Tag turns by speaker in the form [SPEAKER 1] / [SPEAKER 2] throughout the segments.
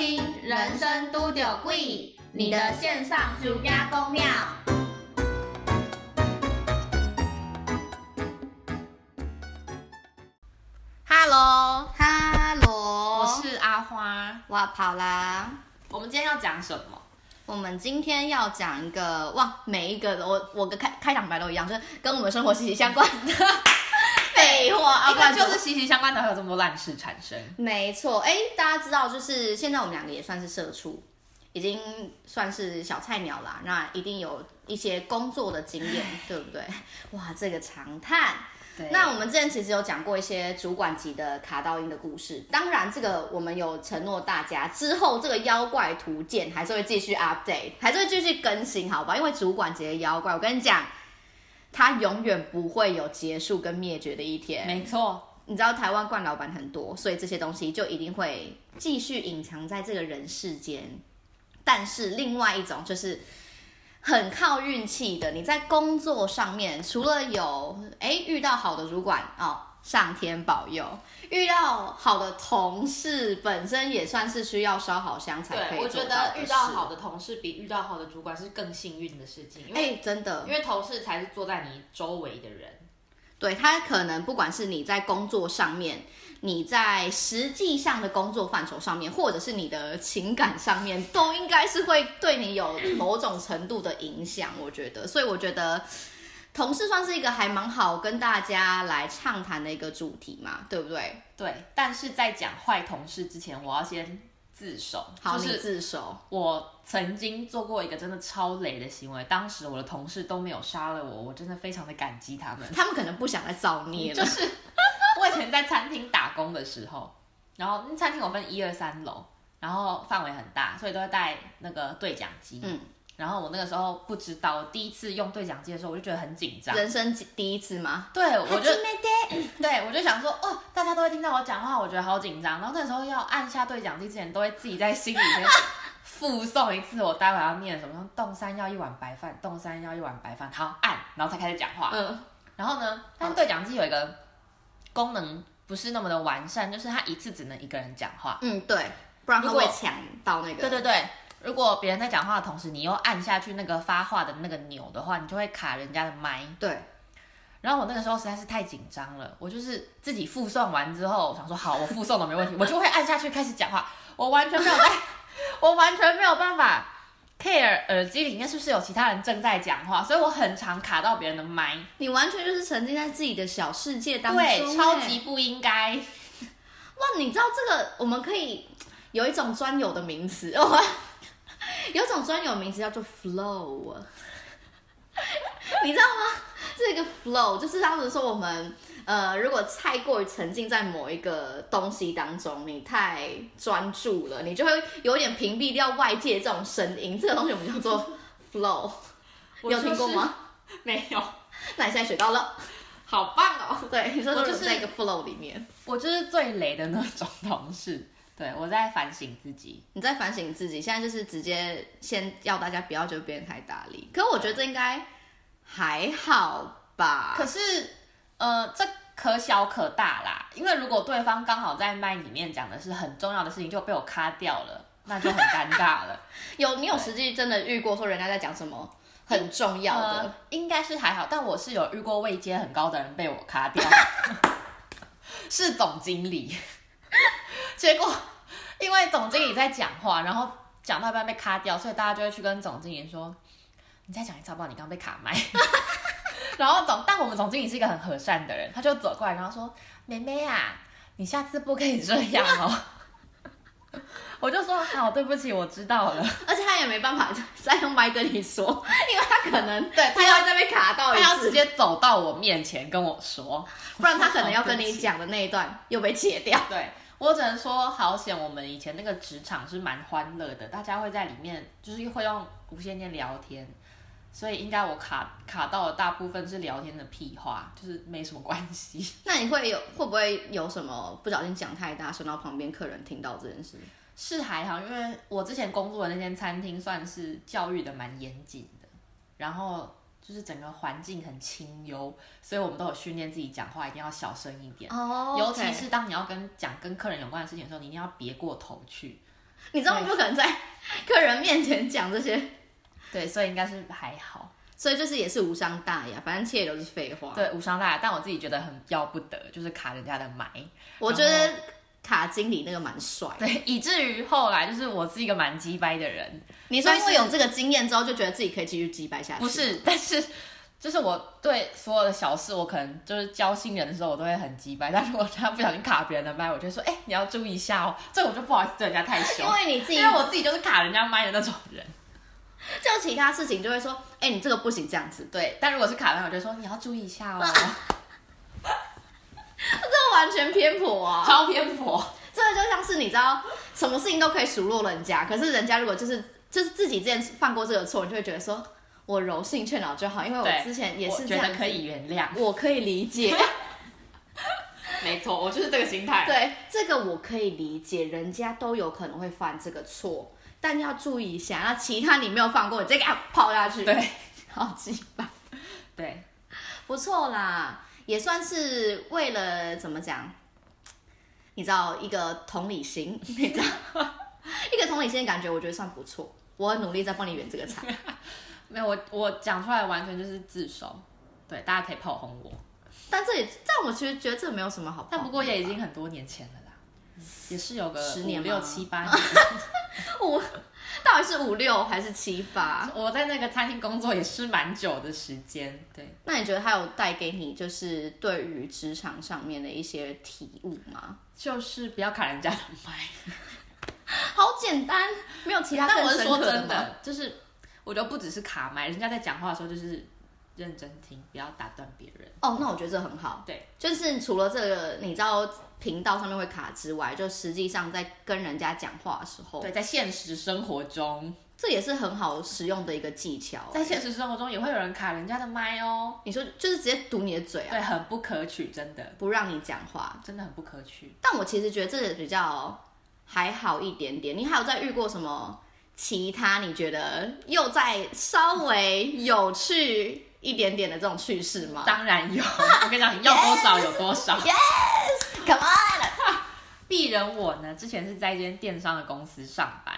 [SPEAKER 1] 人生都有贵，你的线上暑假公庙。
[SPEAKER 2] Hello，
[SPEAKER 1] 哈
[SPEAKER 2] 我
[SPEAKER 1] 罗，
[SPEAKER 2] 是阿花。
[SPEAKER 1] 哇跑啦！
[SPEAKER 2] 我们今天要讲什么？
[SPEAKER 1] 我们今天要讲一个哇，每一个我我跟开开场白都一样，就是跟我们生活息息相关的 废话，啊
[SPEAKER 2] 因
[SPEAKER 1] 不然
[SPEAKER 2] 为
[SPEAKER 1] 怎
[SPEAKER 2] 哦就
[SPEAKER 1] 么
[SPEAKER 2] 是息息相关的，还有这么多烂事产生。
[SPEAKER 1] 没错，哎，大家知道，就是现在我们两个也算是社畜，已经算是小菜鸟啦，那一定有一些工作的经验，对不对？哇，这个长叹。
[SPEAKER 2] 对
[SPEAKER 1] 那我们之前其实有讲过一些主管级的卡刀音的故事，当然这个我们有承诺大家，之后这个妖怪图鉴还是会继续 update，还是会继续更新，好吧？因为主管级的妖怪，我跟你讲，它永远不会有结束跟灭绝的一天。
[SPEAKER 2] 没错，
[SPEAKER 1] 你知道台湾惯老板很多，所以这些东西就一定会继续隐藏在这个人世间。但是另外一种就是很靠运气的，你在工作上面除了有哎遇到好的主管哦，上天保佑；遇到好的同事，本身也算是需要烧好香才可以
[SPEAKER 2] 我
[SPEAKER 1] 做
[SPEAKER 2] 觉
[SPEAKER 1] 到的
[SPEAKER 2] 得遇到
[SPEAKER 1] 事
[SPEAKER 2] 好的同事比遇到好的主管是更幸运的事情，因
[SPEAKER 1] 哎，
[SPEAKER 2] 为、
[SPEAKER 1] 真的
[SPEAKER 2] 因为同事才是坐在你周围的人。
[SPEAKER 1] 对他可能不管是你在工作上面，你在实际上的工作范畴上面，或者是你的情感上面，都应该是会对你有某种程度的影响。我觉得，所以我觉得同事算是一个还蛮好跟大家来畅谈的一个主题嘛，对不对？
[SPEAKER 2] 对，但是在讲坏同事之前，我要先自首，
[SPEAKER 1] 好，
[SPEAKER 2] 就
[SPEAKER 1] 你
[SPEAKER 2] 是
[SPEAKER 1] 自首。
[SPEAKER 2] 我曾经做过一个真的超雷的行为，当时我的同事都没有杀了我，我真的非常的感激他们。
[SPEAKER 1] 他们可能不想再造孽了
[SPEAKER 2] 就。是 我以前在餐厅打工的时候，然后那餐厅我分一二三楼，然后范围很大，所以都会带那个对讲机。
[SPEAKER 1] 嗯，
[SPEAKER 2] 然后我那个时候不知道，我第一次用对讲机的时候，我就觉得很紧张。
[SPEAKER 1] 人生第一次吗？
[SPEAKER 2] 对，我就
[SPEAKER 1] 还真没得
[SPEAKER 2] 对我就想说，哦，大家都会听到我讲话，我觉得好紧张。然后那时候要按下对讲机之前，都会自己在心里面附送一次我待会要念什么，像冻山要一碗白饭，冻山要一碗白饭，好按，然后才开始讲话。
[SPEAKER 1] 嗯，
[SPEAKER 2] 然后呢，但对讲机有一个功能不是那么的完善，就是它一次只能一个人讲话。
[SPEAKER 1] 嗯，对，不然他
[SPEAKER 2] 如果
[SPEAKER 1] 会抢到那个。
[SPEAKER 2] 对对对，如果别人在讲话的同时，你又按下去那个发话的那个钮的话，你就会卡人家的麦。
[SPEAKER 1] 对，
[SPEAKER 2] 然后我那个时候实在是太紧张了，我就是自己附送完之后，我想说好，我附送的没问题，我就会按下去开始讲话，我完全没有在， 我完全没有办法 care 耳机里面是不是有其他人正在讲话，所以我很常卡到别人的麦。
[SPEAKER 1] 你完全就是沉浸在自己的小世界当中，
[SPEAKER 2] 对，超
[SPEAKER 1] 哎
[SPEAKER 2] 级不应该。
[SPEAKER 1] 哇！你知道这个，我们可以有一种专有的名词， 哦，有一种专有名词叫做 flow，你知道吗？这个 flow 就是当时说我们呃，如果太过于沉浸在某一个东西当中，你太专注了，你就会有点屏蔽掉外界这种声音，这个东西我们叫做 flow。你有听过吗？
[SPEAKER 2] 没有，
[SPEAKER 1] 那你现在学到了，
[SPEAKER 2] 好棒哦！
[SPEAKER 1] 对，你说
[SPEAKER 2] 我
[SPEAKER 1] 就
[SPEAKER 2] 就是是
[SPEAKER 1] 在一个 flow 里面，
[SPEAKER 2] 我就是最雷的那种同事，对我在反省自己。
[SPEAKER 1] 你在反省自己，现在就是直接先要大家不要觉得别人太大力。可我觉得这应该还好吧。
[SPEAKER 2] 可是，呃，这可小可大啦，因为如果对方刚好在麦里面讲的是很重要的事情，就被我卡掉了，那就很尴尬了。
[SPEAKER 1] 有你有实际真的遇过说人家在讲什么很重要的？
[SPEAKER 2] 呃应该是还好，但我是有遇过位阶很高的人被我卡 掉，是总经理。 结果因为总经理在讲话，然后讲到一半被卡掉，所以大家就会去跟总经理说：“你再讲一次好不好？你刚刚被卡 麦。”然后总，但我们总经理是一个很和善的人，他就走过来，然后说：“妹妹啊，你下次不可以这样哦。” 我就说：“好，对不起，我知道了。”
[SPEAKER 1] 而且他也没办法再用麦跟你说，因为他可能
[SPEAKER 2] 对
[SPEAKER 1] 他
[SPEAKER 2] 他要
[SPEAKER 1] 要再被卡到
[SPEAKER 2] 他
[SPEAKER 1] 一
[SPEAKER 2] 要直
[SPEAKER 1] 次，
[SPEAKER 2] 接走到我面前跟我说，
[SPEAKER 1] 不然他可能要跟
[SPEAKER 2] 对
[SPEAKER 1] 你
[SPEAKER 2] 不起
[SPEAKER 1] 讲的那一段又被切掉。
[SPEAKER 2] 对我只能说，好险！我们以前那个职场是蛮欢乐的，大家会在里面就是会用无线电聊天，所以应该我卡卡到的大部分是聊天的屁话，就是没什么关系。
[SPEAKER 1] 那你会有会不会有什么不小心讲太大声，然后旁边客人听到这件事？
[SPEAKER 2] 是还好，因为我之前工作的那间餐厅算是教育的蛮严谨的，然后就是整个环境很清幽，所以我们都有训练自己讲话一定要小声一点。
[SPEAKER 1] 哦
[SPEAKER 2] 尤其是当你要跟讲跟客人有关的事情的时候，你一定要别过头去，
[SPEAKER 1] 你知道不可能在客人面前讲这些，
[SPEAKER 2] 对，所以应该是还好，
[SPEAKER 1] 所以就是也是无伤大雅，反正切也都是废话。
[SPEAKER 2] 对，无伤大雅。但我自己觉得很要不得，就是卡人家的埋，
[SPEAKER 1] 我觉得卡经理那个蛮帅的。
[SPEAKER 2] 对， 以至于后来就是我是一个蛮鸡掰的人，
[SPEAKER 1] 你说因为
[SPEAKER 2] 但是
[SPEAKER 1] 有这个经验之后，就觉得自己可以继续击败下去？
[SPEAKER 2] 不，是，但是就是我对所有的小事，我可能就是教新人的时候，我都会很鸡掰。但如果他不小心卡别人的麦，我就会说，哎、你要注意一下哦。这我就不好意思对人家太凶
[SPEAKER 1] 因，为你自己
[SPEAKER 2] 因为我自己就是卡人家麦的那种人。
[SPEAKER 1] 就其他事情就会说，哎、你这个不行，这样子，
[SPEAKER 2] 对，但如果是卡麦，我就说你要注意一下 哦，
[SPEAKER 1] 这完全偏颇啊。
[SPEAKER 2] 超偏颇。
[SPEAKER 1] 这个就像是你知道，什么事情都可以数落人家，可是人家如果就是就是自己之前犯过这个错，你就会觉得说我柔性劝导就好，因为
[SPEAKER 2] 对
[SPEAKER 1] 我哦之前也
[SPEAKER 2] 我
[SPEAKER 1] 是这
[SPEAKER 2] 觉
[SPEAKER 1] 样
[SPEAKER 2] 得
[SPEAKER 1] 子
[SPEAKER 2] 可，以原谅，
[SPEAKER 1] 我可以理解。
[SPEAKER 2] 没错，我就是这个心态。
[SPEAKER 1] 对，这个我可以理解，人家都有可能会犯这个错，但要注意一下。那其他你没有犯过，你再给他抛下去，
[SPEAKER 2] 对，
[SPEAKER 1] 好鸡巴，
[SPEAKER 2] 对，
[SPEAKER 1] 不错啦，也算是为了怎么讲，你知道一个同理心， 你知道一个同理心的感觉，我觉得算不错。我很努力在帮你圆这个场，
[SPEAKER 2] 没有我我讲出来完全就是自首。对，大家可以炮轰我，
[SPEAKER 1] 但这也，但我其实觉得这没有什么好抱怨的吧。
[SPEAKER 2] 但不过也已经很多年前了啦，也是有个
[SPEAKER 1] 十
[SPEAKER 2] 五
[SPEAKER 1] 年吗
[SPEAKER 2] 六七八年。
[SPEAKER 1] 我到底是五六还是七八？
[SPEAKER 2] 我在那个餐厅工作也是蛮久的时间，对，
[SPEAKER 1] 那你觉得它有带给你就是对于职场上面的一些体悟吗？
[SPEAKER 2] 就是不要卡人家的麦。
[SPEAKER 1] 好简单，没有其他
[SPEAKER 2] 但
[SPEAKER 1] 更
[SPEAKER 2] 我是
[SPEAKER 1] 深
[SPEAKER 2] 说
[SPEAKER 1] 刻的
[SPEAKER 2] 真
[SPEAKER 1] 吗？
[SPEAKER 2] 的，就是我觉得不只是卡麦，人家在讲话的时候就是认真听，不要打断别人。
[SPEAKER 1] 哦，那我觉得这很好。
[SPEAKER 2] 对，
[SPEAKER 1] 就是除了这个，你知道频道上面会卡之外，就实际上在跟人家讲话的时候，
[SPEAKER 2] 对，在现实生活中，
[SPEAKER 1] 这也是很好使用的一个技巧。欸
[SPEAKER 2] 在现实生活中也会有人卡人家的麦哦，
[SPEAKER 1] 你说就是直接堵你的嘴啊，
[SPEAKER 2] 对，很不可取，真的，
[SPEAKER 1] 不让你讲话，
[SPEAKER 2] 真的很不可取。
[SPEAKER 1] 但我其实觉得这个比较还好一点点。你还有在遇过什么其他你觉得又在稍微有趣一点点的这种趣事吗
[SPEAKER 2] 当然有， 我跟你讲，要多少有多少。
[SPEAKER 1] ？Come on！
[SPEAKER 2] 鄙人我呢，之前是在一间电商的公司上班，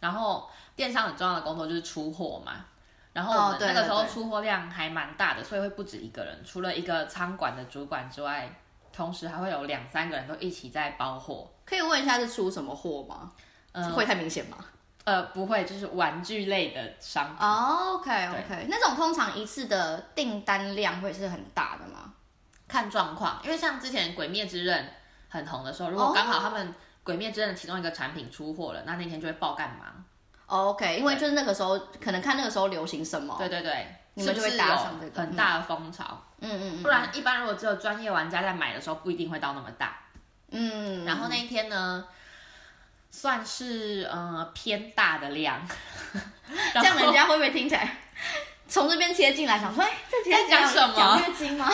[SPEAKER 2] 然后电商很重要的工作就是出货嘛。然后我
[SPEAKER 1] 哦
[SPEAKER 2] 们
[SPEAKER 1] 对
[SPEAKER 2] 那个时候
[SPEAKER 1] 对对
[SPEAKER 2] 出货量还蛮大的，所以会不止一个人，除了一个仓管的主管之外，同时还会有两三个人都一起在包货。
[SPEAKER 1] 可以问一下是出什么货吗？
[SPEAKER 2] 嗯
[SPEAKER 1] 会太明显吗、
[SPEAKER 2] 呃，不会，就是玩具类的商品，
[SPEAKER 1] o o k OK，那哦种通常一次的订单量会是很大的吗？
[SPEAKER 2] 看状况。因为像之前《鬼灭之刃》很红的时候，如
[SPEAKER 1] 哦
[SPEAKER 2] 果刚好他们《鬼灭之刃》的其中一个产品出货了，那那天就会爆干忙。
[SPEAKER 1] o k 哦因为就是那个时候可能看那个时候流行什么，
[SPEAKER 2] 对对对，
[SPEAKER 1] 哦你们
[SPEAKER 2] 是
[SPEAKER 1] 就会
[SPEAKER 2] 不是
[SPEAKER 1] 搭
[SPEAKER 2] 有
[SPEAKER 1] 上这个
[SPEAKER 2] 很大的风潮。
[SPEAKER 1] 嗯嗯
[SPEAKER 2] 不然一般如果只有专业玩家在买的时候，不一定会到那么大。
[SPEAKER 1] 嗯，
[SPEAKER 2] 然后那一天呢，算是呃偏大的量，
[SPEAKER 1] 这
[SPEAKER 2] 然
[SPEAKER 1] 样人
[SPEAKER 2] 后
[SPEAKER 1] 家会不会听起来从这边切进来，想说哎，这
[SPEAKER 2] 在讲什么
[SPEAKER 1] 讲月经吗？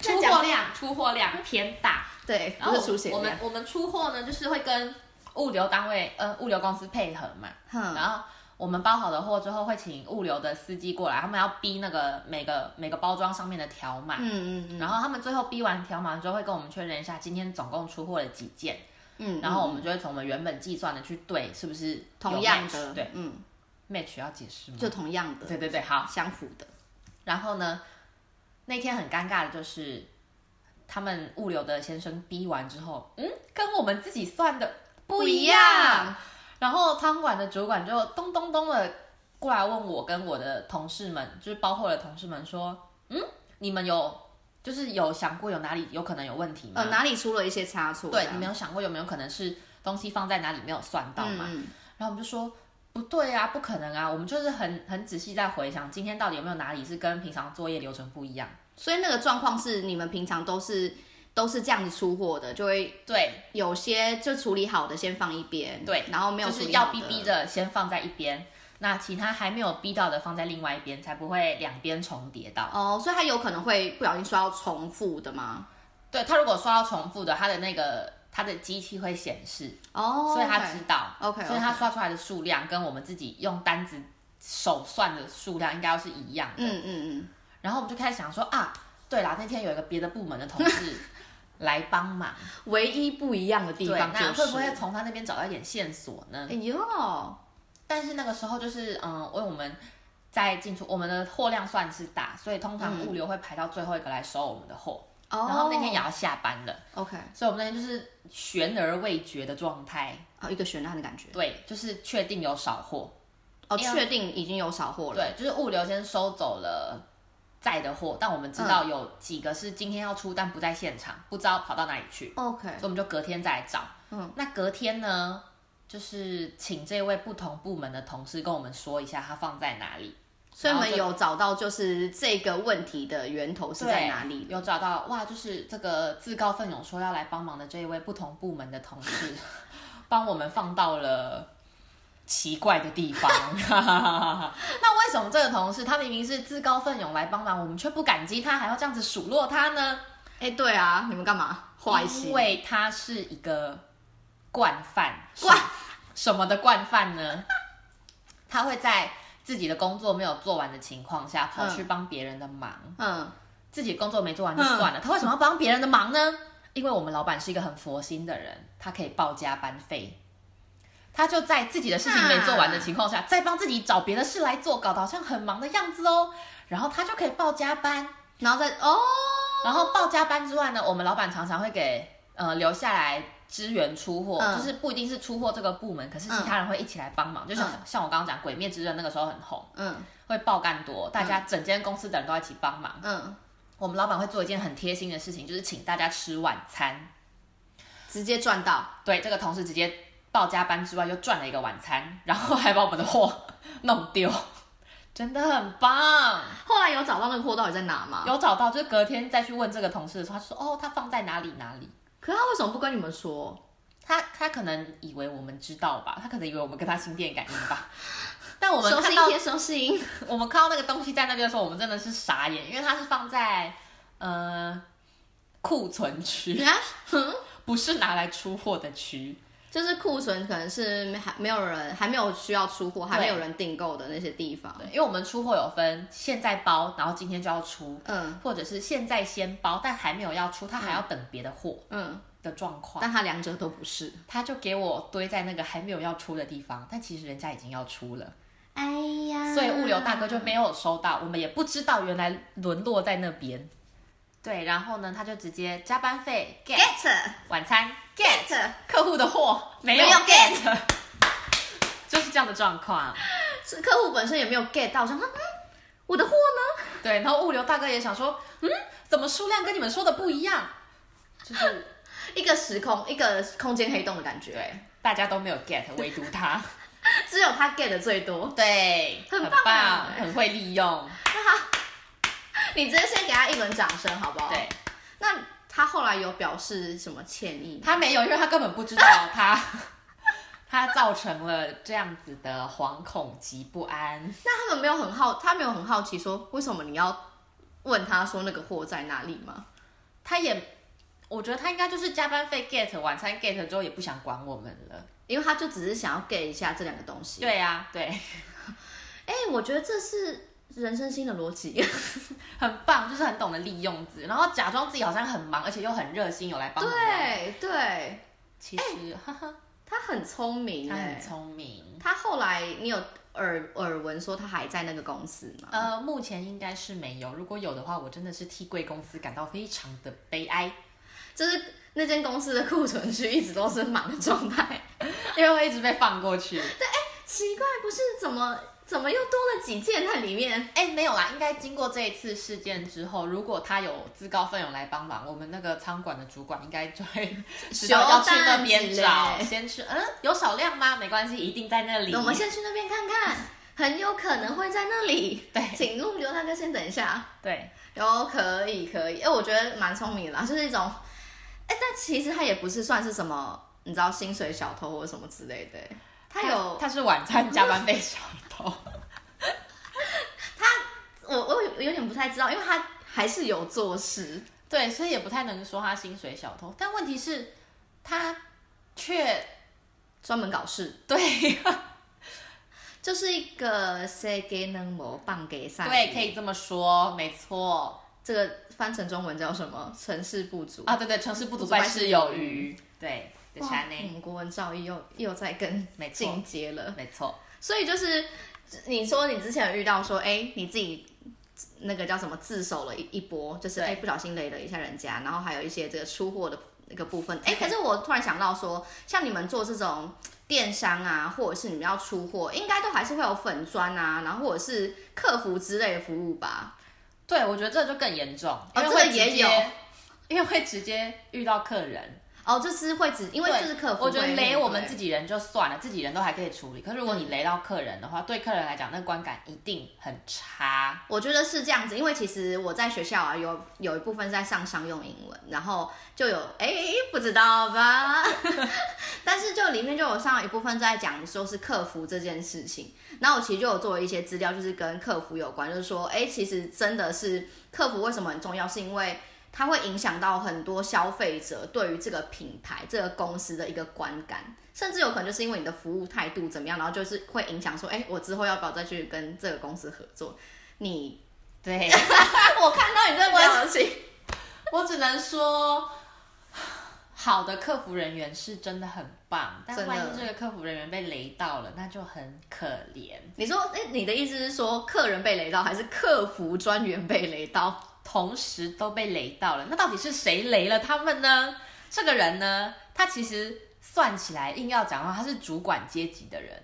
[SPEAKER 2] 出
[SPEAKER 1] 在
[SPEAKER 2] 货
[SPEAKER 1] 讲
[SPEAKER 2] 量出货量偏大，
[SPEAKER 1] 对，
[SPEAKER 2] 然
[SPEAKER 1] 不
[SPEAKER 2] 后
[SPEAKER 1] 是出
[SPEAKER 2] 我
[SPEAKER 1] 血
[SPEAKER 2] 我们
[SPEAKER 1] 量。
[SPEAKER 2] 我们出货呢，就是会跟物流单位呃物流公司配合嘛，
[SPEAKER 1] 哼，
[SPEAKER 2] 然后。我们包好的货之后，会请物流的司机过来，他们要逼那个每个每个包装上面的条码，
[SPEAKER 1] 嗯嗯嗯
[SPEAKER 2] 然后他们最后逼完条码之后，会跟我们确认一下今天总共出货了几件，
[SPEAKER 1] 嗯，
[SPEAKER 2] 然后我们就会从我们原本计算的去对是不是有
[SPEAKER 1] 同样
[SPEAKER 2] match，
[SPEAKER 1] 的，
[SPEAKER 2] 对
[SPEAKER 1] 嗯，
[SPEAKER 2] match 要解释吗？
[SPEAKER 1] 就同样的，
[SPEAKER 2] 对对对，好。
[SPEAKER 1] 相符的，
[SPEAKER 2] 然后呢，那天很尴尬的就是他们物流的先生逼完之后，嗯，跟我们自己算的不一样。。然后仓管的主管就咚咚咚的过来问我跟我的同事们，就是包括我的同事们说，嗯，你们有就是有想过有哪里有可能有问题吗？
[SPEAKER 1] 呃，哪里出了一些差错？
[SPEAKER 2] 嗯对
[SPEAKER 1] 这，样
[SPEAKER 2] 你们有想过有没有可能是东西放在哪里没有算到吗？？
[SPEAKER 1] 嗯
[SPEAKER 2] 然后我们就说不对啊，不可能啊，我们就是很很仔细在回想今天到底有没有哪里是跟平常作业流程不一样。
[SPEAKER 1] 所以那个状况是你们平常都是都是这样子出货的，就会
[SPEAKER 2] 对
[SPEAKER 1] 有些就处理好的先放一边，
[SPEAKER 2] 对，
[SPEAKER 1] 然后没有
[SPEAKER 2] 就
[SPEAKER 1] 处
[SPEAKER 2] 是
[SPEAKER 1] 理好的
[SPEAKER 2] 要逼逼的先放在一边，那其他还没有逼到的放在另外一边，才不会两边重叠到。
[SPEAKER 1] 哦，所以他有可能会不小心刷到重复的吗？
[SPEAKER 2] 对他如果刷到重复的，他的那个他的机器会显示，
[SPEAKER 1] 哦，
[SPEAKER 2] 所以他
[SPEAKER 1] OK
[SPEAKER 2] 知道。
[SPEAKER 1] OK，
[SPEAKER 2] 所以他刷出来的数量跟我们自己用单子手算的数量应该要是一样的。
[SPEAKER 1] 嗯嗯嗯，
[SPEAKER 2] 然后我们就开始想说啊，对啦，那天有一个别的部门的同事。 来帮忙。
[SPEAKER 1] 唯一不一样的地
[SPEAKER 2] 对，
[SPEAKER 1] 方就是，
[SPEAKER 2] 那会不会从他那边找到一点线索呢？
[SPEAKER 1] 哎呦，
[SPEAKER 2] 但是那个时候就是，嗯，因为我们在进出，我们的货量算是大，所以通常
[SPEAKER 1] 嗯
[SPEAKER 2] 物流会排到最后一个来收我们的货。
[SPEAKER 1] 哦，
[SPEAKER 2] 然后那天也要下班了，
[SPEAKER 1] OK
[SPEAKER 2] 所以我们那天就是悬而未决的状态。
[SPEAKER 1] 哦，一个悬案的感觉。
[SPEAKER 2] 对，就是确定有少货，
[SPEAKER 1] 哦，
[SPEAKER 2] 因为
[SPEAKER 1] 确定已经有扫货了。
[SPEAKER 2] 对，就是物流先收走了。在的货，但我们知
[SPEAKER 1] 嗯
[SPEAKER 2] 道有几个是今天要出，但不在现场，不知道跑到哪里去，
[SPEAKER 1] OK，
[SPEAKER 2] 所以我们就隔天再来找。嗯，那隔天呢，就是请这位不同部门的同事跟我们说一下，它放在哪里。
[SPEAKER 1] 所以我
[SPEAKER 2] 然后
[SPEAKER 1] 们有找到就是这个问题的源头是在哪里？
[SPEAKER 2] 有找到哇，就是这个自告奋勇说要来帮忙的这一位不同部门的同事， 帮我们放到了奇怪的地方。 那为什么这个同事他明明是自告奋勇来帮忙，我们却不感激他，还要这样子数落他呢？
[SPEAKER 1] 哎、对啊，你们干嘛坏心
[SPEAKER 2] 因？为他是一个 惯犯，
[SPEAKER 1] 惯
[SPEAKER 2] 是什么的惯犯呢？他会在自己的工作没有做完的情况下，跑去帮别人的忙。
[SPEAKER 1] 嗯，
[SPEAKER 2] 自己工作没做完就算了，他为什么要帮别人的忙呢？因为我们老板是一个很佛心的人，他可以报加班费，他就在自己的事情没做完的情况下，再帮自己找别的事来做，搞得好像很忙的样子哦。然后他就可以报加班，
[SPEAKER 1] 然后再哦，
[SPEAKER 2] 然后报加班之外呢，我们老板常常会给呃留下来支援出货，
[SPEAKER 1] 嗯
[SPEAKER 2] 就是不一定是出货这个部门，可是其他人会一起来帮忙。就像、
[SPEAKER 1] 嗯
[SPEAKER 2] 像我刚刚讲《鬼灭之刃》那个时候很红，
[SPEAKER 1] 嗯
[SPEAKER 2] 会爆干多，大家整间公司的人都要一起帮忙。
[SPEAKER 1] 嗯，
[SPEAKER 2] 我们老板会做一件很贴心的事情，就是请大家吃晚餐。
[SPEAKER 1] 直接赚到，
[SPEAKER 2] 对，这个同事直接报加班之外又赚了一个晚餐，然后还把我们的货 弄丢，真的很棒。
[SPEAKER 1] 后来有找到那个货到底在哪吗？
[SPEAKER 2] 有找到，就是隔天再去问这个同事的时候，他说：“哦，他放在哪里哪里。
[SPEAKER 1] 可是他为什么不跟你们说？
[SPEAKER 2] 他”他可能以为我们知道吧，他可能以为我们跟他心电感应吧。但我们
[SPEAKER 1] 收
[SPEAKER 2] 看
[SPEAKER 1] 信
[SPEAKER 2] 到
[SPEAKER 1] 贴收信，
[SPEAKER 2] 我们看到那个东西在那边的时候，我们真的是傻眼，因为它是放在呃库存 区，
[SPEAKER 1] 啊，哼，
[SPEAKER 2] 不是拿来出货的区。
[SPEAKER 1] 就是库存可能是还没有人还没有需要出货，还没有人订购的那些地方。
[SPEAKER 2] 对，因为我们出货有分现在包，然后今天就要出，
[SPEAKER 1] 嗯
[SPEAKER 2] 或者是现在先包，但还没有要出，他还要等别的货
[SPEAKER 1] 嗯，
[SPEAKER 2] 的状况，
[SPEAKER 1] 但他两者都不是。
[SPEAKER 2] 他就给我堆在那个还没有要出的地方，但其实人家已经要出了，
[SPEAKER 1] 哎呀
[SPEAKER 2] 所以物流大哥就没有收到，我们也不知道原来沦落在那边。对，然后呢，他就直接加班费 get
[SPEAKER 1] get
[SPEAKER 2] 晚餐
[SPEAKER 1] get，
[SPEAKER 2] 客户的货没有
[SPEAKER 1] 没有
[SPEAKER 2] get，就是这样的状况。啊
[SPEAKER 1] 是客户本身也没有 get 到，我想说，嗯，我的货呢？
[SPEAKER 2] 对，然后物流大哥也想说，嗯，怎么数量跟你们说的不一样？就是
[SPEAKER 1] 一个时空，一个空间黑洞的感觉，哎
[SPEAKER 2] 对， 大家都没有 get，唯独他，
[SPEAKER 1] 只有他 get 的最多。
[SPEAKER 2] 对，
[SPEAKER 1] 很
[SPEAKER 2] 很
[SPEAKER 1] 棒
[SPEAKER 2] 棒，啊很会利用，
[SPEAKER 1] 你直接先给他一轮掌声，好不好？
[SPEAKER 2] 对。
[SPEAKER 1] 那他后来有表示什么歉意吗？
[SPEAKER 2] 他没有，因为他根本不知道他。 他造成了这样子的惶恐及不安，
[SPEAKER 1] 那他们没有很好，他没有很好奇说为什么你要问他说那个货在哪里吗？
[SPEAKER 2] 他也，我觉得他应该就是加班费 get 晚餐 get 之后也不想管我们了。
[SPEAKER 1] 因为他就只是想要 get 一下这两个东西。
[SPEAKER 2] 对呀、对，
[SPEAKER 1] 哎、我觉得这是人生新的逻辑。
[SPEAKER 2] 很棒，就是很懂得利用自己，然后假装自己好像很忙，而且又很热心，有来帮忙。，
[SPEAKER 1] 对对，
[SPEAKER 2] 其实、哈哈，
[SPEAKER 1] 他很聪明、
[SPEAKER 2] 他
[SPEAKER 1] 哎。
[SPEAKER 2] 很聪明。
[SPEAKER 1] 他后来，你有耳耳闻说他还在那个公司吗？
[SPEAKER 2] 呃，目前应该是没有，如果有的话，我真的是替贵公司感到非常的悲哀，
[SPEAKER 1] 就是那间公司的库存区一直都是满的状态。
[SPEAKER 2] 因为会一直被放过去。
[SPEAKER 1] 奇怪，不是怎么怎么又多了几件在里面？
[SPEAKER 2] 哎、没有啦，应该经过这一次事件之后，如果他有自告奋勇来帮忙，我们那个仓管的主管应该就 会知道要去那边
[SPEAKER 1] 修蛋
[SPEAKER 2] 找，
[SPEAKER 1] 之类
[SPEAKER 2] 先去，嗯，有少量吗？没关系，一定在那里。
[SPEAKER 1] 那我们先去那边看看，很有可能会在那里。
[SPEAKER 2] 对
[SPEAKER 1] 请物流大哥先等一下。
[SPEAKER 2] 对，
[SPEAKER 1] 有可以可以，哎，我觉得蛮聪明的啦，就是一种，哎，但其实他也不是算是什么，你知道薪水小偷或什么之类的。他有
[SPEAKER 2] 他是晚餐加班费小偷。
[SPEAKER 1] 我我有点不太知道，因为他还是有做事。
[SPEAKER 2] 对，所以也不太能说他薪水小偷，但问题是，他却
[SPEAKER 1] 专门搞事，
[SPEAKER 2] 对
[SPEAKER 1] 就是一个谁给能模棒给上，
[SPEAKER 2] 对，可以这么说，没错。
[SPEAKER 1] 这个翻成中文叫什么？成事不足
[SPEAKER 2] 啊，对对，成事不足
[SPEAKER 1] 败
[SPEAKER 2] 败
[SPEAKER 1] 事
[SPEAKER 2] 事
[SPEAKER 1] 有
[SPEAKER 2] 有
[SPEAKER 1] 余
[SPEAKER 2] 余，对，的
[SPEAKER 1] 哇
[SPEAKER 2] 山呢，
[SPEAKER 1] 嗯，国文造诣又又在更
[SPEAKER 2] 没错
[SPEAKER 1] 进阶了。
[SPEAKER 2] 没错，
[SPEAKER 1] 所以就是你说你之前有遇到说，哎、你自己那个叫什么自首了一一波，就是哎、
[SPEAKER 2] 对
[SPEAKER 1] 不小心雷了一下人家，然后还有一些这个出货的那个部分。哎、可是我突然想到说，像你们做这种电商啊，或者是你们要出货，应该都还是会有粉砖啊，然后或者是客服之类的服务吧？
[SPEAKER 2] 对我觉得这就更严重，因为
[SPEAKER 1] 哦这
[SPEAKER 2] 会
[SPEAKER 1] 个
[SPEAKER 2] 直
[SPEAKER 1] 也
[SPEAKER 2] 接
[SPEAKER 1] 有，
[SPEAKER 2] 因为会直接遇到客人，
[SPEAKER 1] 哦，就是会只因为就是客服
[SPEAKER 2] 我
[SPEAKER 1] 会
[SPEAKER 2] 觉
[SPEAKER 1] 面对，嗯
[SPEAKER 2] 得雷我们自己人就算了，自己人都还可以处理。可是如果你雷到客人的话，对客人来讲，那观感一定很差。
[SPEAKER 1] 我觉得是这样子，因为其实我在学校啊，有有一部分是在上商用英文，然后就有哎、不知道吧， 但是就里面就有上一部分在讲说是客服这件事情，那我其实就有做一些资料，就是跟客服有关，就是说哎、其实真的是客服为什么很重要，是因为。它会影响到很多消费者对于这个品牌、这个公司的一个观感，甚至有可能就是因为你的服务态度怎么样，然后就是会影响说，哎，我之后要不要再去跟这个公司合作？你啊
[SPEAKER 2] 对，
[SPEAKER 1] 我看到你这表情，
[SPEAKER 2] 我只能说，好的客服人员是真的很棒，但
[SPEAKER 1] 真的
[SPEAKER 2] 万一这个客服人员被雷到了，那就很可怜。
[SPEAKER 1] 你说，哎、你的意思是说客人被雷到，还是客服专员被雷到？
[SPEAKER 2] 同时都被雷到了，那到底是谁雷了他们呢？这个人呢，他其实算起来硬要讲的话，他是主管阶级的人。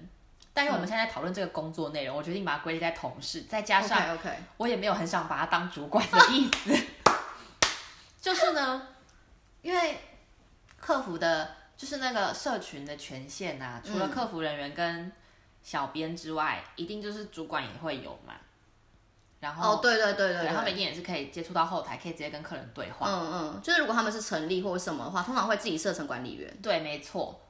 [SPEAKER 2] 但因为我们现在讨论这个工作内容，我决定把它归类在同事，再加上
[SPEAKER 1] OK，
[SPEAKER 2] 我也没有很想把他当主管的意思。 就是呢，因为客服的，就是那个社群的权限啊，除了
[SPEAKER 1] 嗯
[SPEAKER 2] 客服人员跟小编之外，一定就是主管也会有嘛。然后
[SPEAKER 1] 哦，对对对对
[SPEAKER 2] 对，他们
[SPEAKER 1] 对，
[SPEAKER 2] 一定也是可以接触到后台，可以直接跟客人对话。
[SPEAKER 1] 嗯嗯，就是如果他们是成立或者什么的话，通常会自己设成管理员。
[SPEAKER 2] 对，没错。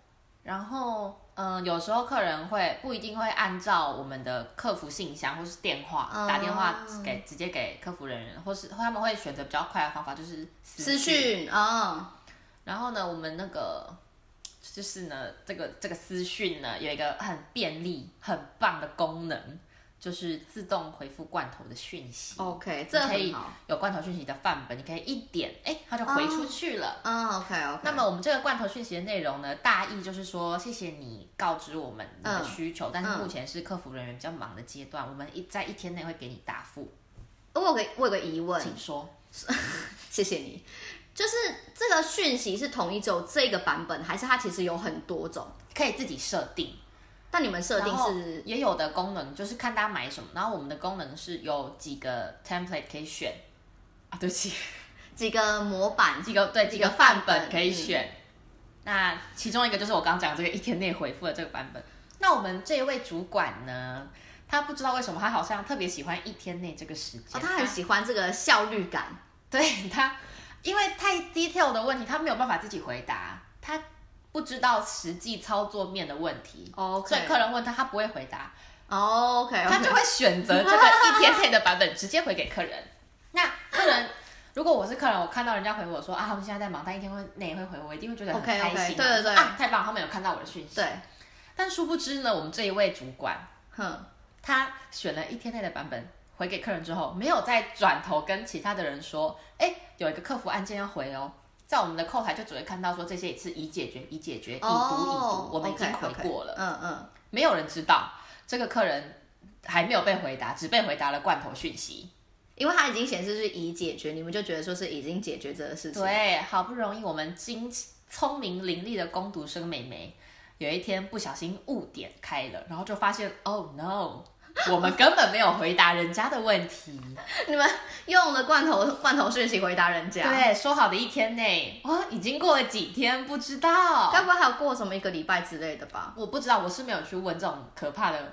[SPEAKER 2] 然后，嗯，有时候客人会不一定会按照我们的客服信箱或是电话、
[SPEAKER 1] 嗯
[SPEAKER 2] 打电话给直接给客服人员，或是他们会选择比较快的方法，就是
[SPEAKER 1] 私。讯啊，
[SPEAKER 2] 然后呢，我们那个就是呢，这个这个私讯呢有一个很便利、很棒的功能，就是自动回复罐头的讯息。
[SPEAKER 1] OK，
[SPEAKER 2] 你
[SPEAKER 1] 这
[SPEAKER 2] 可
[SPEAKER 1] 很
[SPEAKER 2] 以
[SPEAKER 1] 好。哦
[SPEAKER 2] 有罐头讯息的范本，你可以一点，哎，它就回出去了。
[SPEAKER 1] 嗯，OK OK。
[SPEAKER 2] 那么我们这个罐头讯息的内容呢，大意就是说，谢谢你告知我们你的需
[SPEAKER 1] 嗯
[SPEAKER 2] 求，但是目前是客服人员比较忙的阶段，我们一在一天内会给你答复，
[SPEAKER 1] 我有个我有个疑问，
[SPEAKER 2] 请说。
[SPEAKER 1] 谢谢你。就是这个讯息是统一只有这个版本，还是它其实有很多种？
[SPEAKER 2] 可以自己设定，
[SPEAKER 1] 但你们设定
[SPEAKER 2] 然后
[SPEAKER 1] 是
[SPEAKER 2] 也有的功能就是看大家买什么，然后我们的功能是有几个 template 可以选啊，对不起，
[SPEAKER 1] 几个模板？哦
[SPEAKER 2] 几个对几
[SPEAKER 1] 几个
[SPEAKER 2] 个
[SPEAKER 1] 范
[SPEAKER 2] 范
[SPEAKER 1] 本嗯
[SPEAKER 2] 本可以选。那其中一个就是我刚讲这个一天内回复的这个版本。那我们这位主管呢，他不知道为什么他好像特别喜欢一天内这个时间，
[SPEAKER 1] 哦，他很喜欢这个效率感。
[SPEAKER 2] 对他，因为太 detail 的问题，他没有办法自己回答，他不知道实际操作面的问题。
[SPEAKER 1] 哦 OK
[SPEAKER 2] 所以客人问他，他不会回答，
[SPEAKER 1] 哦，OK，
[SPEAKER 2] 他就会 选择这个一天内的版本直接回给客人。那客人，如果我是客人，我看到人家回我说啊，他们现在在忙，但一天会内会回我，我一定会觉得很
[SPEAKER 1] OK，OK，
[SPEAKER 2] 开心嘛。
[SPEAKER 1] 对对对
[SPEAKER 2] 啊，太棒，他们有看到我的讯息。
[SPEAKER 1] 对，
[SPEAKER 2] 但殊不知呢，我们这一位主管，
[SPEAKER 1] 哼，
[SPEAKER 2] 他选了一天内的版本回给客人之后，没有再转头跟其他的人说，哎，有一个客服案件要回哦。在我们的后台就只会看到说这些是已解决、已解决、已读、
[SPEAKER 1] 哦
[SPEAKER 2] 已读，我们已经回过了，
[SPEAKER 1] 嗯嗯，
[SPEAKER 2] 没有人知道这个客人还没有被回答，只被回答了罐头讯息。
[SPEAKER 1] 因为它已经显示是已解决，你们就觉得说是已经解决这个事情。
[SPEAKER 2] 对，好不容易我们精聪明伶俐的攻读生美眉，有一天不小心误点开了，然后就发现，Oh no，我们根本没有回答人家的问题。
[SPEAKER 1] 你们用了罐头 罐头讯息回答人家，，
[SPEAKER 2] 对，说好的一天内，哇，已经过了几天，不知道
[SPEAKER 1] 该。不会还有过什么一个礼拜之类的吧？
[SPEAKER 2] 我不知道，我是没有去问这种可怕的，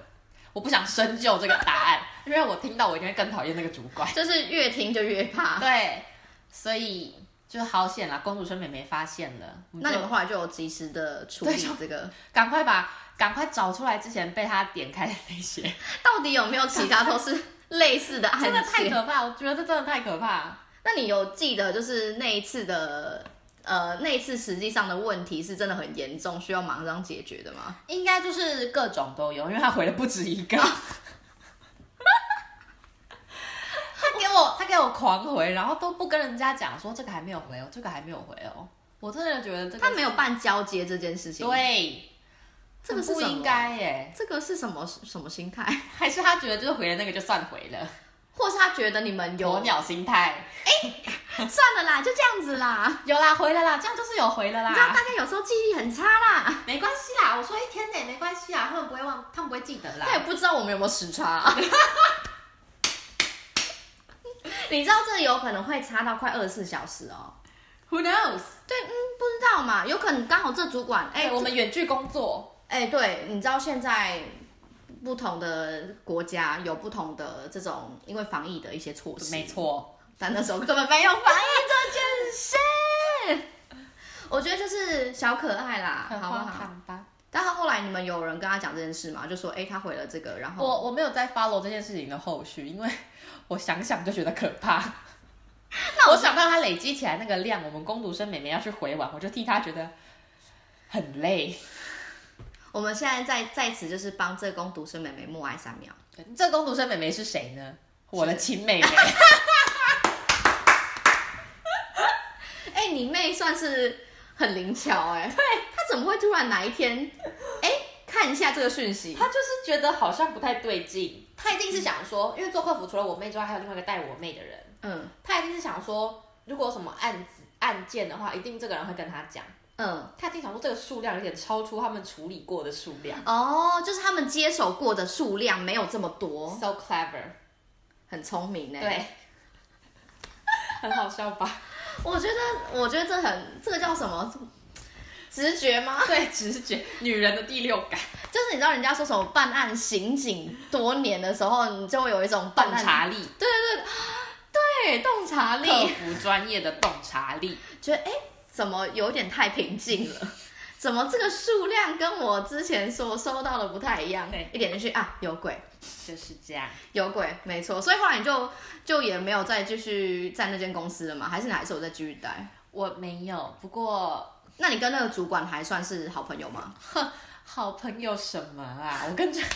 [SPEAKER 2] 我不想深究这个答案， 因为我听到我一定会更讨厌那个主管。
[SPEAKER 1] 就是越听就越怕。
[SPEAKER 2] 对，所以就好险啦，公主生妹妹发现了，我
[SPEAKER 1] 那
[SPEAKER 2] 就
[SPEAKER 1] 你们后来就有及时的处理
[SPEAKER 2] 对就
[SPEAKER 1] 这个，
[SPEAKER 2] 赶快把赶快找出来之前被他点开的那些，
[SPEAKER 1] 到底有没有其他都是类似的案
[SPEAKER 2] 真的太
[SPEAKER 1] 件？
[SPEAKER 2] 可怕，我觉得这真的太可怕。
[SPEAKER 1] 那你有记得就是那一次的呃那一次实际上的问题是真的很严重，需要马上解决的吗？
[SPEAKER 2] 应该就是各种都有，因为他 回了不止一个。他给我，他给我有狂回，然后都不跟人家讲说这个还没有回哦，这个还没有回哦。我真的觉得这个
[SPEAKER 1] 他没有办交接这件事情，，
[SPEAKER 2] 对，啊
[SPEAKER 1] 这个是
[SPEAKER 2] 很不
[SPEAKER 1] 什么
[SPEAKER 2] 应该耶，
[SPEAKER 1] 这个是什么什么心态？
[SPEAKER 2] 啊 还是他觉得就是回了那个就算回了，
[SPEAKER 1] 或是他觉得你们有
[SPEAKER 2] 鸵鸟心态。
[SPEAKER 1] 算了啦，就这样子啦。
[SPEAKER 2] 有啦，回了啦，这样就是有回了
[SPEAKER 1] 你知道
[SPEAKER 2] 啦，
[SPEAKER 1] 大家有时候记忆力很差啦，
[SPEAKER 2] 没关系啦，我说一天内没关系啊啦，他们不会忘，他们不会记得啦
[SPEAKER 1] 他也不知道我们有没有时差、啊 你知道这有可能会差到快二十四小时哦。
[SPEAKER 2] Who knows？
[SPEAKER 1] 对，嗯，不知道嘛，有可能刚好这主管，哎、
[SPEAKER 2] 哎、我们远距工作，
[SPEAKER 1] 哎、对，你知道现在不同的国家有不同的这种因为防疫的一些措施，
[SPEAKER 2] 没错，
[SPEAKER 1] 但那时候根本没有防疫这件事。我觉得就是小可爱啦，好不好？
[SPEAKER 2] 唐吧。
[SPEAKER 1] 但他后来你们有人跟他讲这件事吗？就说哎、他回了这个，然后
[SPEAKER 2] 我我没有在 follow 这件事情的后续，因为我想想就觉得可怕。那我想到他累积起来那个量，我们工读生妹妹要去回完，我就替她觉得很累。
[SPEAKER 1] 我们现在在在此就是帮这工读生妹妹默哀三秒。
[SPEAKER 2] 这工读生妹妹是谁呢？我的亲 妹妹，
[SPEAKER 1] 哎、你妹算是很灵巧哎、 对，她怎么会突然哪一天哎、看一下这个讯息？
[SPEAKER 2] 她就是觉得好像不太对劲。她一定是想说，因为做客服除了我妹之外，还有另外一个带我妹的人，
[SPEAKER 1] 嗯
[SPEAKER 2] 她一定是想说，如果有什么案子案件的话，一定这个人会跟她讲。
[SPEAKER 1] 嗯，
[SPEAKER 2] 她一定想说，这个数量有点超出他们处理过的数量。
[SPEAKER 1] 哦，就是他们接手过的数量没有这么多，
[SPEAKER 2] So clever。
[SPEAKER 1] 很聪明哎、，
[SPEAKER 2] 对， 很好笑吧？
[SPEAKER 1] 我觉得我觉得这很这个叫什么？直觉吗？
[SPEAKER 2] 对，直觉，女人的第六感，
[SPEAKER 1] 就是你知道人家说什么办案刑警多年的时候，你就会有一种办
[SPEAKER 2] 洞
[SPEAKER 1] 案
[SPEAKER 2] 察力，
[SPEAKER 1] 对洞察力，
[SPEAKER 2] 克服专业的洞察力。
[SPEAKER 1] 觉得哎、诶怎么有点太平静了？怎么这个数量跟我之前所收到的不太一样
[SPEAKER 2] 对？
[SPEAKER 1] 一点进去啊，有鬼，
[SPEAKER 2] 就是这样，
[SPEAKER 1] 有鬼，没错。所以后来你就就也没有再继续在那间公司了嘛？还是你还是有在继续待？
[SPEAKER 2] 我没有，不过
[SPEAKER 1] 那你跟那个主管还算是好朋友吗？
[SPEAKER 2] 好朋友什么啊？我跟这 会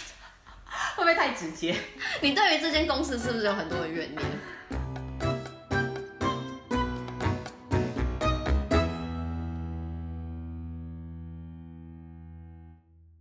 [SPEAKER 2] 不会太直接？
[SPEAKER 1] 你对于这间公司是不是有很多的怨念？